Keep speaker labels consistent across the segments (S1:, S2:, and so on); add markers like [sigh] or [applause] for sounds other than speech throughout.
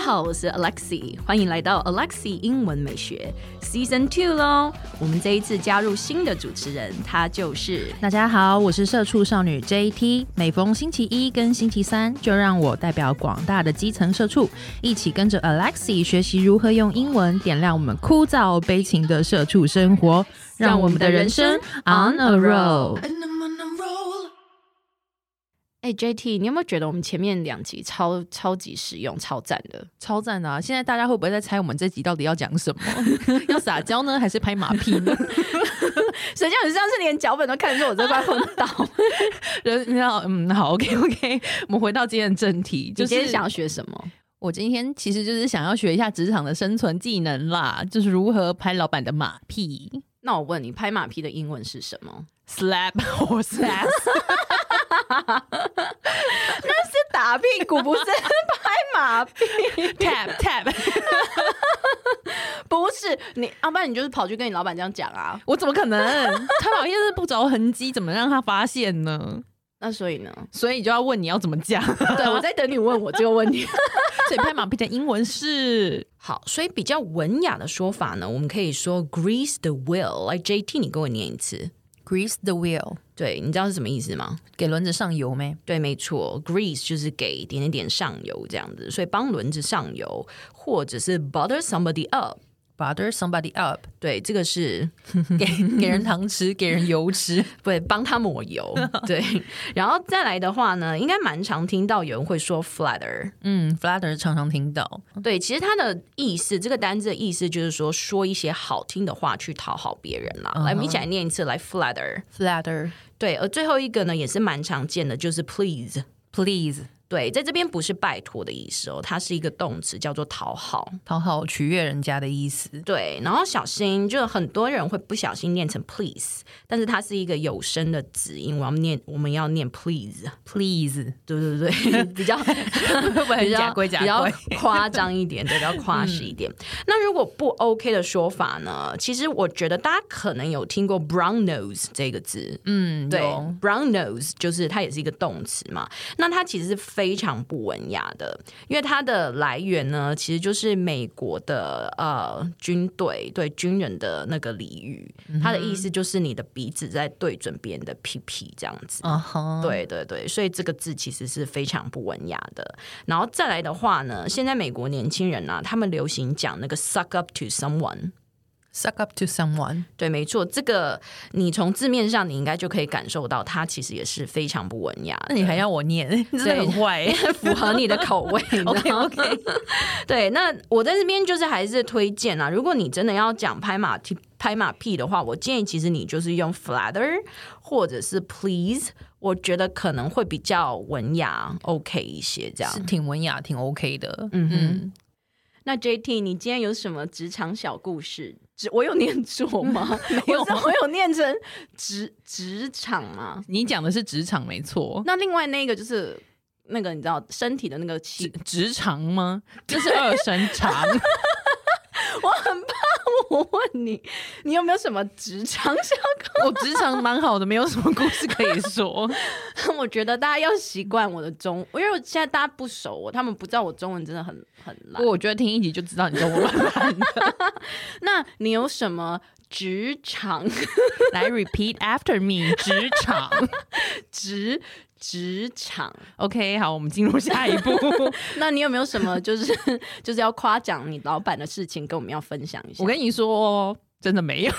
S1: 好，我是 Alexi，欢迎来到 Alexi 英文美学 Season Two 喽。我们这一次加入新的主持人，她就是
S2: 大家好，我是社畜少女 JT。每逢星期一跟星期三，就让我代表广大的基层社畜，一起跟着 Alexi 学习如何用英文点亮我们枯燥悲情的社畜生活，让我们的人生哎 on a roll。
S3: And I'm on a roll.
S1: 哎 JT，你有没有觉得我们前面两集超超级实用、超赞的？
S2: 超赞的、啊！现在大家会不会在猜我们这集到底要讲什么？ [laughs] 要撒娇呢，还是拍马屁呢？ [laughs]
S1: 谁叫你上次连脚本都看得出我这快昏 [laughs] 倒？
S2: 人，你知道，嗯，好，OK OK，我们回到今天的正题，就
S1: 你今天
S2: 是
S1: 想要学什么？
S2: 我今天其实就是想要学一下职场的生存技能啦，就是如何拍老板的马屁
S1: 那我问你，拍马屁的英文是什么？
S2: ，slap [laughs] horse ass。
S1: 那是打屁股，不是拍马屁，
S2: tap tap，
S1: [laughs] 不是你，要、不然你就是跑去跟你老板这样讲啊。
S2: [laughs] 我怎么可能？他老爷是不着痕迹，怎么让他发现呢？
S1: 那所以呢？
S2: 所以就要问你要怎么讲。 [laughs]
S1: 对我在等你问我这个问题。
S2: 所以拍马屁的英文是
S1: 好，所以比较文雅的说法呢，我们可以说 grease the wheel。来，JT，你跟我念一次。
S2: [laughs] grease the wheel，
S1: 对，你知道是什么意思吗？
S2: 给轮子上油没？
S1: 对，没错，grease 就是给点点点上油这样子，所以帮轮子上油，或者是 butter somebody up。
S2: Butter somebody up，
S1: 对，这个是
S2: [laughs] 给给人糖吃，给人油吃。
S1: 对，帮他抹 [laughs] 油。对，然后再来的话呢，应该蛮常听到有人会说 flatter。
S2: 嗯，flatter 常常听到。
S1: 对，其实它的意思，这个单字的意思就是说说一些好听的话去讨好别人啦。来，我们一起来念一次，来 flatter。
S2: flatter
S1: 对，而最后一个呢，也是蛮常见的，就是 please。
S2: please
S1: 对，在这边不是拜托的意思哦，它是一个动词，叫做讨好。
S2: 讨好取悦人家的意思。
S1: 对，然后小心，就很多人会不小心念成 please，但是它是一个有声的子音，我们要念我们要念 please，
S2: please
S1: 对对对， [laughs] 比较
S2: [laughs] 会不会
S1: 比
S2: 很
S1: 较
S2: 假归假
S1: 比较
S2: 归？
S1: [laughs] 夸张一点，
S2: [laughs]
S1: 对，比较夸饰一点。那如果不 OK 的说法呢？其实我觉得大家可能有听过 brown nose 这个字，
S2: 嗯，
S1: 对
S2: 有
S1: ，brown nose 就是它也是一个动词嘛。那它其实是非常不文雅的，因为它的来源呢，其实就是美国的呃军队对军人的那个俚语，它的意思就是你的鼻子在对准别人的屁屁这样子。
S2: 啊哈，
S1: 对对对，所以这个字其实是非常不文雅的。然后再来的话呢，现在美国年轻人啊，他们流行讲那个 suck up to someone。
S2: suck up to someone。
S1: 对，没错，这个你从字面上你应该就可以感受到，它其实也是非常不文雅的。
S2: 那你还要我念，你真的 [laughs] 很坏欸。
S1: [laughs] 符合你的口味
S2: [laughs] OK OK，
S1: 对，那我在这边就是还是推荐啊，如果你真的要讲拍马屁、拍马屁的话，我建议其实你就是用 flatter 或者是 please，我觉得可能会比较文雅 OK 一些这样
S2: 是。挺文雅，挺 OK 的。
S1: 嗯哼
S2: 嗯，
S1: 那 JT，你今天有什么职场小故事？职我有念错吗？
S2: [laughs] 没有
S1: 我是我有念成职职场吗？
S2: 你讲的是职场没错，
S1: 那另外那个就是那个你知道身体的那个器
S2: 职职场吗？这是二神 [laughs] 长，
S1: 我很怕 [laughs] 我问你，你有没有什么职场小
S2: 我职场蛮好的，没有什么故事可以说。
S1: 故？ [laughs] 我觉得大家要习惯我的中，因为我现在大家不熟我，他们不知道我中文真的很很
S2: 不
S1: 烂
S2: [laughs] 过。我觉得听一集就知道你跟我乱乱的。
S1: 那你有什么职 [laughs] 场
S2: [laughs] 来 repeat after me，职场。
S1: 职职场？
S2: OK，好，我们进入下一 [laughs] 步。
S1: 那你有没有什么就是 [laughs] 就是要夸奖你老板的事情跟我们要分享一下？
S2: 我跟你说，真的 [laughs] 没有，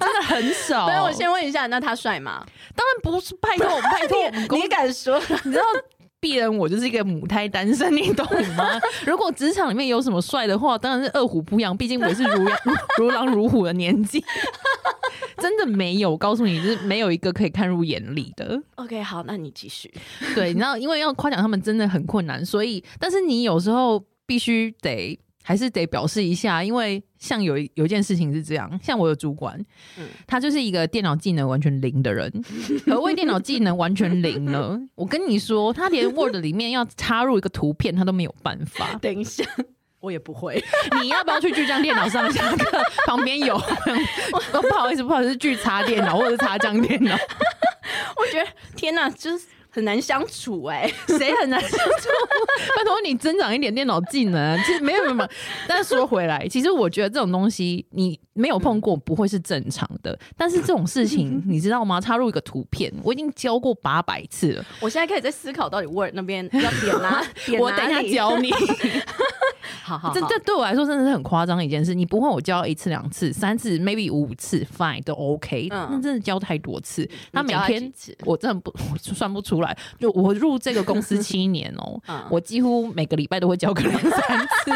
S2: 真的很少。
S1: 所以我先问一下，那他帅吗？
S2: 当然不是拜 [laughs] 托，拜托我们公司
S1: 你敢说？
S2: 你知道，鄙人我就是一个母胎单身，你懂吗？ [laughs] 如果职场里面有什么帅的话，当然是饿虎扑羊，毕竟我也是如羊 [laughs] 如狼如虎的年纪。 [laughs] 真的没有，我告诉你，是没有一个可以看入眼里的。
S1: [laughs] OK，好，那你继续。
S2: 对，你知道，因为要夸奖他们真的很困难，所以，但是你有时候必须得还是得表示一下，因为像有一有一件事情是这样，像我的主管，
S1: 嗯
S2: 他就是一个电脑技能完全零的人。何谓电脑技能完全零呢？我跟你说，他连 Word 里面要插入一个图片，他都没有办法。
S1: 等一 [laughs] 下，我也不会。
S2: 你要不要去巨匠电脑上下课？旁边有， [laughs] 哦，不好意思，不好意思，是巨插电脑或者是插匠电脑。
S1: 我觉得天哪，就是很难相处哎、
S2: 谁很难相处？拜托你增长一点电脑技能。啊其实没有没有没有。但是说回来，其实我觉得这种东西你没有碰过不会是正常的。但是这种事情你知道吗？插入一个图片，我已经教过八百次了。
S1: [laughs] 我现在开始在思考，到底 Word 那边要点
S2: [laughs]
S1: 哪、点
S2: 我等一下
S1: 哪里，
S2: 教你。
S1: 好好好
S2: 这这对我来说真的是很夸张的一件事。你不会我教一次、两次、三次，maybe 五次，fine 都 OK。
S1: 嗯
S2: 那真的教太多次，他每
S1: 教他几
S2: 天
S1: 次
S2: 我真的不我算不出来。就我入这个公司七年哦、
S1: 嗯
S2: 我几乎每个礼拜都会教个两三 [laughs] 次。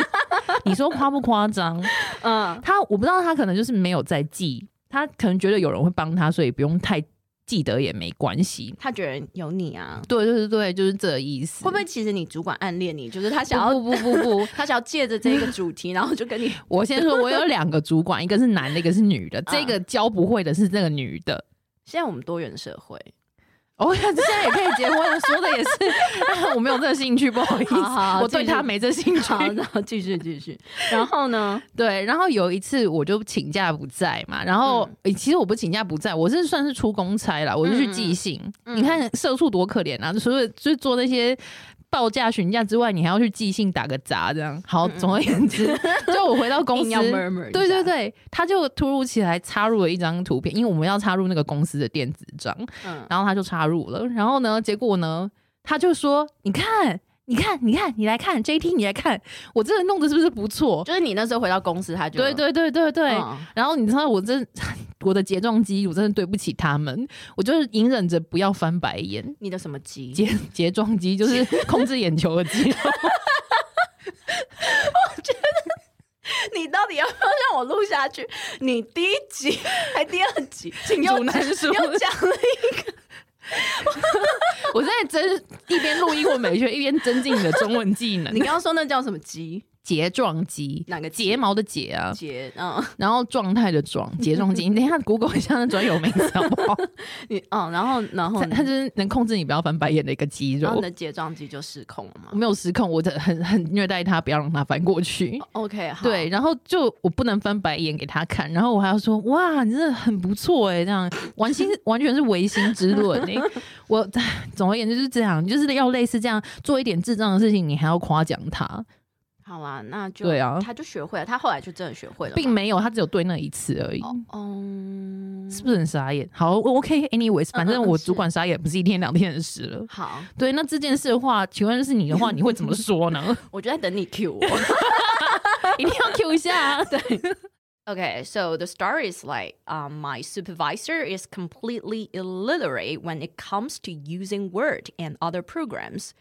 S2: 你说夸不夸张？
S1: 嗯
S2: 他我不知道，他可能就是没有在记，他可能觉得有人会帮他，所以不用太记得也没关系。
S1: 他觉得有你啊。
S2: 对对对对，就是这意思。
S1: 会不会其实你主管暗恋你，就是他想要
S2: 不不不不不，
S1: [laughs] 他想要借着这个主题，然后就跟
S2: [laughs]
S1: 你
S2: 我先说，我有两个主管，一个是男的，一个是女的。这个教不会的是这个女的。
S1: 现在我们多元社会，
S2: 哦，现在也可以结婚了，说的也是， [laughs] 啊我没有这个兴趣，不好意思，
S1: 好好好
S2: 我对
S1: 继续
S2: 他没这兴趣。
S1: 好，然后继续继续，然后呢，
S2: 对，然后有一次我就请假不在嘛，然后、诶其实我不请假不在，我是算是出公差啦，我就去寄信。
S1: 嗯嗯嗯
S2: 你看社畜多可怜啊，除了就是做那些。报价询价之外，你还要去寄信打个杂，这样好。总而言之，就我回到 [laughs]
S1: 嗯
S2: 公
S1: 硬
S2: 司，
S1: 要 murmur，一
S2: 对对
S1: 下，
S2: 对，他就突如其来插入了一张图片，因为我们要插入那个公司的电子章，
S1: 嗯，
S2: 然后他就插入了。然后呢，结果呢，他就说：“你看，你看，你看，你来看 JT，你来看，我这个弄的是不是不错
S1: 就是你那时候回到公司，他？”就
S2: 对对对对对。
S1: 嗯
S2: 然后你知道我真 [laughs] 我的睫状肌，我真的对不起他们，我就是隐忍着不要翻白眼。
S1: 你的什么机？
S2: 睫睫状肌就是控制眼球的
S1: [laughs]
S2: 肌肉。
S1: [laughs] 你到底要不要让我录下去？你第一集还第二
S2: [laughs]
S1: 集，
S2: 罄
S1: 又
S2: 竹难书
S1: 又讲了
S2: 我在增一边录英文美学，一边增进你的中文技
S1: [laughs]
S2: [laughs] 能
S1: 你。刚刚说那叫什么鸡
S2: 睫状肌，
S1: 哪个鸡
S2: 睫毛的睫啊，
S1: 节？嗯，
S2: 然后状态
S1: [laughs]
S2: 的状，睫状肌。你等一下 Google 一下那专有名词好不好？
S1: 你哦，然后然后
S2: 它
S1: 呢
S2: 它就是能控制你不要翻白眼的一个肌
S1: 然后
S2: 肉
S1: 你。的睫状肌就失控了
S2: 我
S1: 嘛
S2: 没有失控，我的很很虐待它，不要让它翻过去。
S1: ？OK，好
S2: 对，，然后就我不能翻白眼给他看，然后我还要说哇，你真的很不错哎，这样完心 [laughs] 完全是唯心之论哎。我 [laughs] 总而言之就是这样，就是要类似这样做一点智障的事情，你还要夸奖他，
S1: 好啊，那就
S2: 对啊
S1: 他就学会了，他后来就真的学会了嘛，
S2: 并没有，他只有对那一次而已。
S1: 哦，嗯，
S2: 是不是很傻眼？好，OK，anyways，、反正
S1: 嗯嗯
S2: 我
S1: 是
S2: 主管傻眼不是一天两天的事了。
S1: 好，
S2: 对，那这件事的话，请问是你的话，你会怎么说呢？ [laughs]
S1: 我就在等你 cue 我。
S2: 一定要 Q 一下、啊。对，
S1: Okay, so the story is like um, my supervisor is completely illiterate when it comes to using Word and other programs.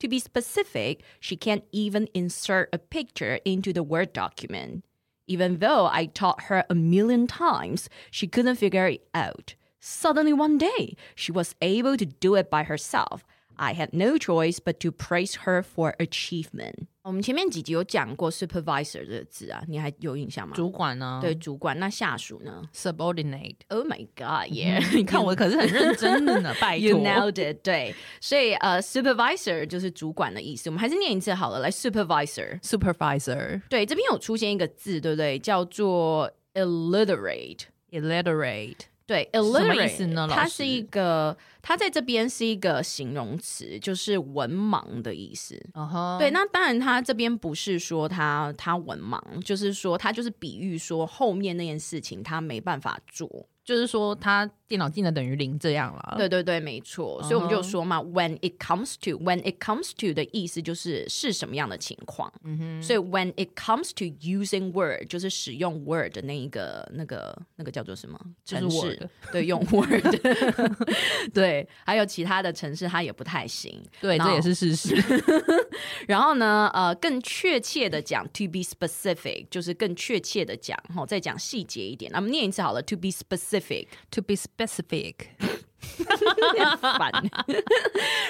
S1: To be specific, she can't even insert a picture into the Word document. Even though I taught her a million times, she couldn't figure it out. Suddenly, one day, she was able to do it by herself. I had no choice but to praise her for achievement. 我们前面几集有讲过 supervisor 这个字啊，你还有印象吗？
S2: 主管呢、
S1: 对主管，那下属呢
S2: ，subordinate。
S1: ？Oh my [laughs] god，耶、yeah,
S2: 你看我可是很认真
S1: [laughs]
S2: 的呢，拜
S1: 嗯，You
S2: 托。
S1: nailed it！对，所以呃、s u p e r v i s o r 就是主管的意思，我们还是念一次好了，来，supervisor。
S2: supervisor
S1: 对，这边有出现一个字，对不对？叫做 illiterate。
S2: illiterate
S1: 对
S2: 么意
S1: ，illiterate
S2: 思呢老
S1: 它
S2: 师
S1: 是一个，它在这边是一个形容词，就是文盲的意思。
S2: 嗯哼，
S1: 对，那当然，他这边不是说他他文盲，就是说他就是比喻说后面那件事情他没办法做。
S2: 就是说他电脑技能等于零这样了。
S1: 对对对，没错。
S2: 嗯
S1: 所以我们就说嘛、w h e n it comes to，when it comes to 的意思就是是什么样的情况。
S2: 嗯
S1: 所以 when it comes to using Word，就是使用 Word 的那一个那个那个叫做什么？
S2: 就
S1: 城
S2: 是
S1: 市
S2: Word
S1: 对，用 Word。对， [laughs] 还有其他的城市它也不太行。
S2: 对，
S1: 然
S2: 这
S1: 后
S2: 也是事实。
S1: 然后呢，呃，更确切的讲，to be specific，就是更确切的讲，哈，再讲细节一点。那我们念一次好了，to be specific。
S2: [laughs] to be specific，
S1: 很
S2: [laughs]
S1: 烦。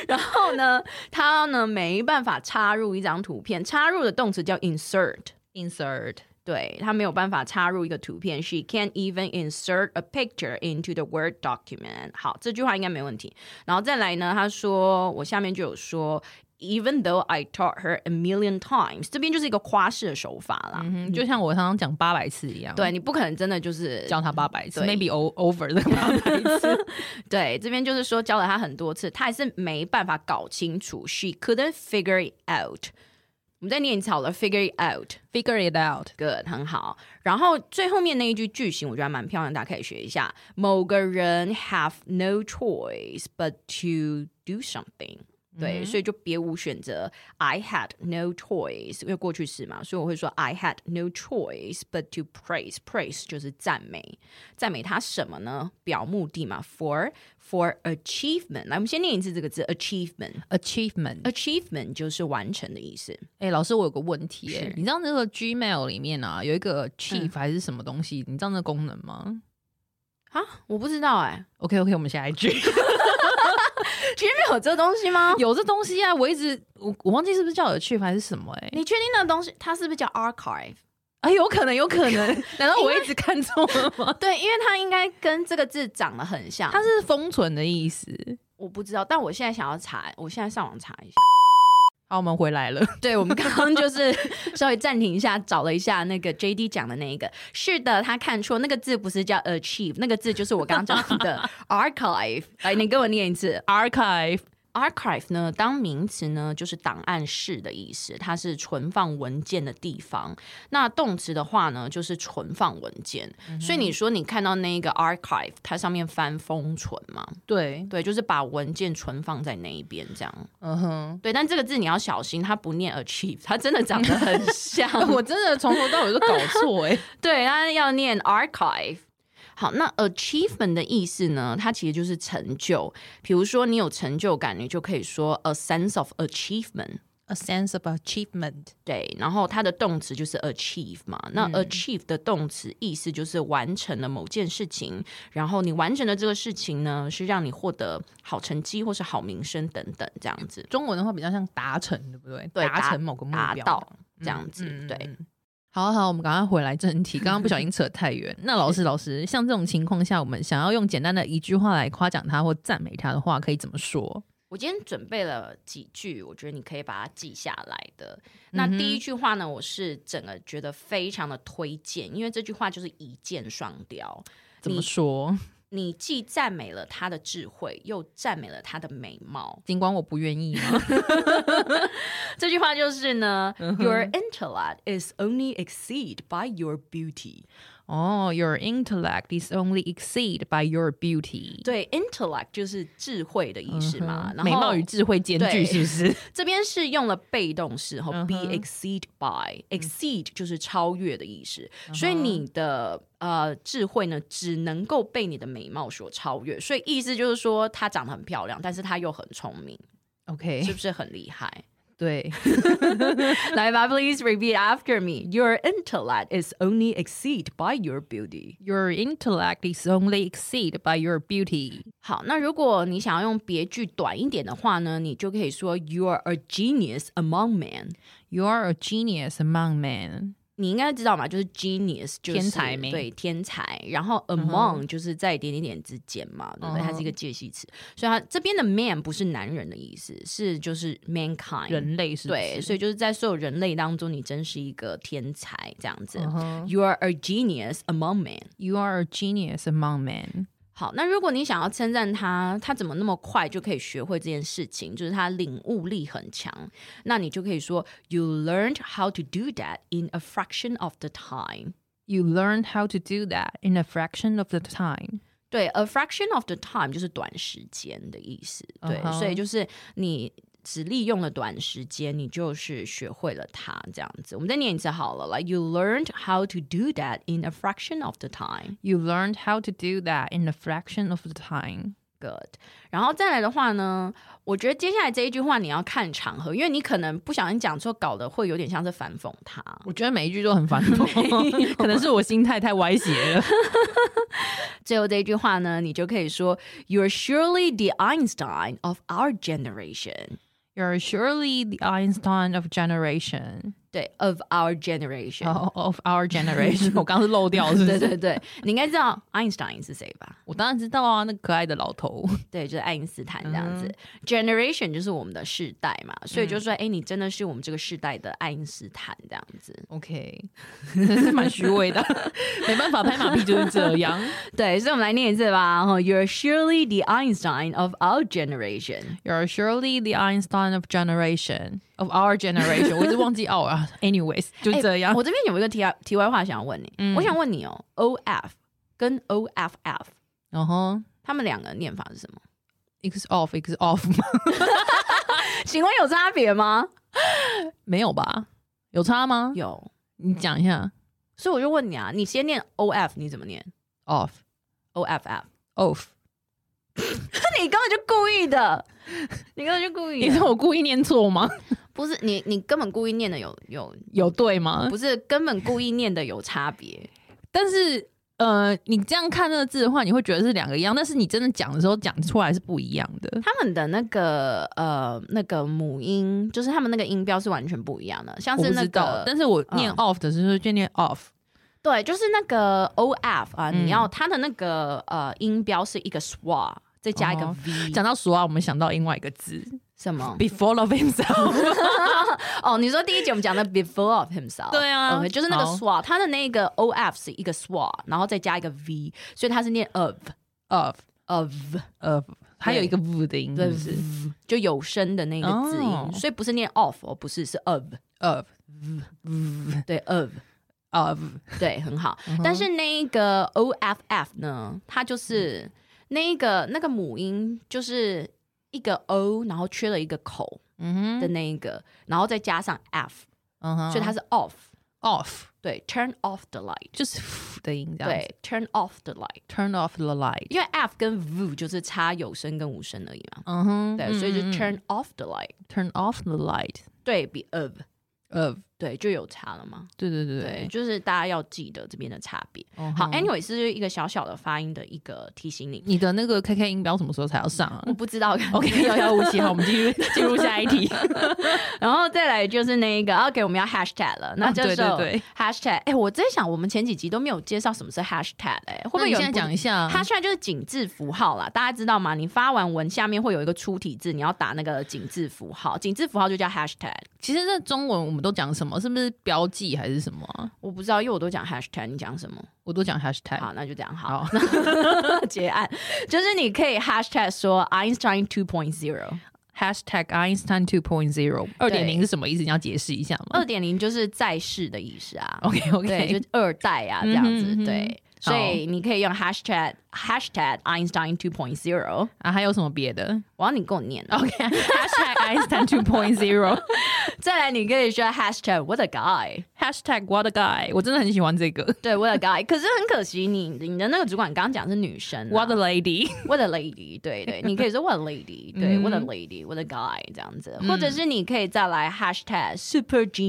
S1: 然后呢，它呢没办法插入一张图片，插入的动词叫 insert。
S2: insert
S1: 对，它没有办法插入一个图片，she can't even insert a picture into the Word document。好，这句话应该没问题。然后再来呢，他说我下面就有说。Even though I taught her a million times，这边就是一个夸饰的手法啦。
S2: 嗯哼，就像我常常讲八百次一样，
S1: 对你不可能真的就是
S2: 教他八百次
S1: 对
S2: ，maybe o over [laughs] 这个八百次。
S1: [laughs] 对，这边就是说教了他很多次，他还是没办法搞清楚。She couldn't figure it out。我们再念一次好了，figure it out。
S2: Figure it out，
S1: Good，很好。然后最后面那一句句型，我觉得还蛮漂亮，大家可以学一下。某个人 have no choice but to do something，、对，所以就别无选择。I had no choice，因为过去式嘛，所以我会说 I had no choice but to praise。praise 就是赞美，赞美他什么呢？表目的嘛，for for achievement。来，我们先念一次这个字 achievement。
S2: achievement。
S1: achievement 就是完成的意思。
S2: 哎、老师，我有个问题、欸，你知道那个 Gmail 里面啊有一
S1: 嗯
S2: 个 Chief 还是什么东西？你知道那个功能吗
S1: 啊，我不知道哎、
S2: ？OK OK，我们下
S1: [laughs]
S2: 一句
S1: 前面有这东西吗？
S2: 有这东西啊，我一直我我忘记是不是叫有 Chief 还是什么哎、欸？
S1: 你确定那个东西它是不是叫 archive？
S2: 啊，有可能，有可能， [laughs] 难道我一直看错了吗？
S1: 哦对，因为它应该跟这个字长得很像。
S2: [laughs] 它是封存的意思。
S1: 我不知道，但我现在想要查，我现在上网查一下。
S2: 好，我们回来了。
S1: [laughs] 对，我们刚刚就是 [laughs] 稍微暂停一下，找了一下那个 J D 讲的那一个。是的，他看错，那个字不是叫 achieve，那个字就是我刚刚讲的 [laughs] archive。来，你给我念一次
S2: [laughs] Archive
S1: archive 呢，当名词呢，就是档案室的意思，它是存放文件的地方。那动词的话呢，就是存放文件。所以你说你看到那个 archive，它上面翻封存嘛？
S2: 对，
S1: 对，就是把文件存放在那一边这样。
S2: 嗯哼，
S1: 对，但这个字你要小心，它不念 achieve，它真的长得很像。
S2: 哎我真的从头到尾都搞错哎、
S1: 对，它要念 archive。好，那 achievement 的意思呢？它其实就是成就。比如说，你有成就感，你就可以说 a sense of achievement。
S2: [laughs] A sense of achievement，
S1: 对，然后它的动词就是 achieve 嘛，那 achieve 的动词意思就是完成了某件事情，然后你完成了这个事情呢，是让你获得好成绩或是好名声等等这样子，
S2: 中文的话比较像达成，对不对？
S1: 对达
S2: 达成某个目
S1: 达
S2: 标。嗯
S1: 到这样子，对。
S2: 好好，我们赶快回来正 [laughs] 题，刚刚不小心扯太远。那老师， [laughs] 老师，像这种情况下，我们想要用简单的一句话来夸奖他或赞美他的话，可以怎么说？
S1: 我今天准备了几句，我觉得你可以把它记下来的。那第一句话呢，我是整个觉得非常的推荐，因为这句话就是一箭双雕。
S2: 怎么说？
S1: 你既赞美了她的智慧，又赞美了她的美貌。
S2: 尽管我不愿意吗？
S1: 这句话就是呢、y
S2: 嗯
S1: o u r intellect is only exceed by your beauty
S2: 哦、y o u r intellect is only exceed by your beauty。
S1: 对。intellect 就是智慧的意思嘛，然后
S2: 嗯美貌与智慧兼具，
S1: 对
S2: 是不是？
S1: 这边是用了被动式，后
S2: 嗯
S1: be exceed by，exceed 就是超越的意思，
S2: 嗯
S1: 所以你的呃智慧呢，只能够被你的美貌所超越，所以意思就是说她长得很漂亮，但是她又很聪明，是
S2: [laughs] OK，
S1: 不是很厉害？
S2: [laughs] 对，
S1: 来吧，please repeat after me. Your intellect is only exceed by your beauty.
S2: Your intellect is only exceed by your beauty.
S1: 好，那如果你想要用别句短一点的话呢，你就可以说 You are a genius among men。
S2: You are a genius among men.
S1: 你应该知道嘛，就是 genius，就是
S2: 天才嗯没
S1: 对天才，然后 among、就是在点点点之间嘛，对不对？它是
S2: 嗯
S1: 一个介系词，所以它这边的 man 不是男人的意思，是就是 mankind
S2: 人类是不
S1: 对，
S2: 是？
S1: 所以就是在所有人类当中，你真是一个天才这样子。
S2: 嗯哼
S1: You are a genius among men。
S2: You are a genius among men.
S1: 好，那如果你想要称赞他，他怎么那么快就可以学会这件事情，就是他领悟力很强，那你就可以说 You learned how to do that in a fraction of the time。
S2: You learned how to do that in a fraction of the time.
S1: 对，a fraction of the time 就是短时间的意思，对
S2: 嗯哼
S1: 所以就是你只利用了短时间，你就是学会了它这样子。我们再念一次好了，来，You learned how to do that in a fraction of the time。
S2: You learned how to do that in a fraction of the time.
S1: Good，然后再来的话呢，我觉得接下来这一句话你要看场合，因为你可能不小心讲错，搞得会有点像是反讽他。
S2: 我觉得每一句都很繁 [laughs] 琐，可能是我心态太歪斜了。
S1: 最后这一句话呢，你就可以说 You're surely the Einstein of our generation。
S2: You're surely the Einstein of generation. [laughs]
S1: 对，of our generation。 [laughs]
S2: 哦 of our generation，我 [laughs] 刚刚是漏掉，是不
S1: 对
S2: 是？
S1: 对对，你应该知道爱因斯坦是谁吧？
S2: 我当然知道啊，那个可爱的老头。 [laughs]
S1: 对，就是爱因斯坦这样
S2: 嗯
S1: 子。Generation 就是我们的世代嘛，所以就说，哎、你真的是我们这个世代的爱因斯坦这样子。
S2: [laughs] OK，真是蛮虚伪的， [laughs] 没办法，拍马屁就是这样。
S1: 对，所以我们来念一次吧。哈，You're surely the Einstein of our generation。
S2: [laughs] You're surely the Einstein of generation of our generation，我一直忘记 our 啊。Anyways，就 [laughs] 这样
S1: 哎诶。我这边有一个题外题外话想要问你，我想问你哦，OF 跟 OFF
S2: 然后
S1: 他们两个念法是什么？
S2: x off x off [laughs] 吗？
S1: [laughs] 请问有差别吗？
S2: 没有吧？有差吗？
S1: 有，
S2: 你讲一下
S1: 所以我就问你啊，你先念 OF，你怎么念
S2: off
S1: OFF？
S2: off。
S1: 那你根本就故意 [laughs] 的，你根本就故意
S2: 你
S1: 的
S2: 是我故意念错吗？
S1: 不是你，你根本故意念的有有，
S2: 有对吗？
S1: 不是根本故意念的有差别。
S2: 但是呃，你这样看那个字的话，你会觉得是两个一样，但是你真的讲的时候讲出来是不一样的。
S1: 他们的那个呃那个母音，就是他们那个音标是完全不一样的，像
S2: 我
S1: 是
S2: 不
S1: 那
S2: 知道，
S1: 个
S2: 但是我念
S1: 嗯
S2: off 的时候就念 off，
S1: 对，就是那个 O F 啊，
S2: 嗯
S1: 你要它的那个呃音标是一个 swa，再加一个
S2: 哦
S1: v，、
S2: 讲到说啊，我们想到另外一个字
S1: 什么？
S2: ，before of [laughs] himself。
S1: 哦，你说第一集我们讲的 before of himself，
S2: 对啊
S1: OK，就是那个
S2: 好
S1: swa，它的那个 O F 是一个 swa，然后再加一个 v，所以它是念 of
S2: of
S1: of
S2: of，还有一个 v 的音，
S1: 对
S2: 是不是
S1: 就有声的那个字音，
S2: 嗯哦
S1: 所以不是念 of，哦，不是是 of，
S2: of
S1: 对 of，
S2: of
S1: 对，很好。
S2: 嗯
S1: 但是那一个 O F F 呢，它就是那一个那个母音就是一个 O，然后缺了一个口
S2: 嗯
S1: 的那一个，然后再加上 F，
S2: 嗯哼
S1: 所以它是 off，
S2: off
S1: 对，turn off the light，
S2: 就是 f 的音，这样子
S1: 对，turn off the light。
S2: turn off the light，
S1: 因为 F 跟 V 就是差有声跟无声而已嘛，
S2: 嗯哼，
S1: 对，所以就 turn off the light，
S2: turn off the light
S1: 对比 of，
S2: of，
S1: 对，就有差了嘛。
S2: 对对对
S1: 对，，就是大家要记得这边的差别。
S2: 嗯哼
S1: 好，anyway 是一个小小的发音的一个提醒你。
S2: 你的那个 KK 音标什么时候才要上啊
S1: 我不知道
S2: ？OK，幺幺五七，好，我 [laughs] 们继续 [laughs] 进入下一题。
S1: 然后再来就是那一个，OK，我们要 hashtag 了。那
S2: 啊
S1: 这
S2: 对
S1: 时候、
S2: 对对
S1: hashtag，哎、我在想，我们前几集都没有介绍什么是 hashtag，哎、会不会
S2: 那你
S1: 有
S2: 现
S1: 人
S2: 在
S1: 不
S2: 讲一下啊
S1: hashtag 就是井字符号啦，大家知道吗？你发完文下面会有一个出体字，你要打那个井字符号，井字符号就叫 hashtag。
S2: 其实这中文我们都讲什么？是不是标记还是什么啊？
S1: 我不知道，因为我都讲 hashtag，你讲什么？
S2: 我都讲 hashtag。
S1: 好，那就这样好，
S2: 哎
S1: [laughs]
S2: 好
S1: 结案。就是你可以 hashtag 说 Einstein two point zero。
S2: ，hashtag Einstein two point zero 二点零是什么意思？你要解释一下吗
S1: 二点零就是在世的意思 [laughs] 啊。
S2: ？OK
S1: 对，就
S2: OK，
S1: 是二代啊，这样子，
S2: 嗯哼嗯哼
S1: 对。
S2: 好
S1: 所以你可以用 hashtag hashtag Einstein two point [laughs] zero，
S2: 啊，还有什么别的 [laughs]
S1: 我要你跟我念哦。
S2: ？OK，hashtag Einstein two point zero，hashtag
S1: [laughs] 再来，你可以说 hashtag what a guy， [laughs]
S2: what a guy，我真的很喜欢这 [laughs] 个
S1: 对 what a guy。可是很可惜你，你的那个主管刚刚讲是女生、啊、
S2: what a lady。
S1: what a lady，对对，你可以说 what a lady，对 [laughs] what a lady，what a guy 这样子，或者是你可以再来 hashtag super genius，good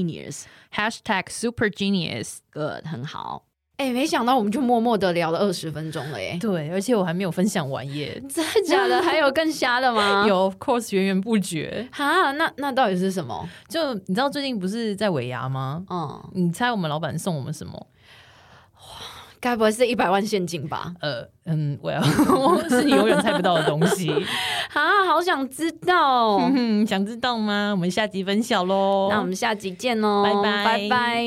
S2: Hashtag super genius。
S1: 很好。哎、没想到我们就默默的聊了二十分钟了耶，
S2: 对，而且我还没有分享完耶。
S1: [laughs] 真的假的？还有更瞎的吗？
S2: [laughs] 有，of course，源源不绝。
S1: 哈，那那到底是什么？
S2: 就你知道最近不是在尾牙吗？
S1: 嗯，
S2: 你猜我们老板送我们什么？
S1: 该不会是一百万现金吧？
S2: 呃，嗯，well，是你 [laughs] 永远猜不到的东西。
S1: 啊，好想知道
S2: [laughs]
S1: 哦。
S2: 嗯，想知道吗？我们下集分享喽。
S1: 那我们下集见哦，
S2: 拜拜
S1: 拜拜。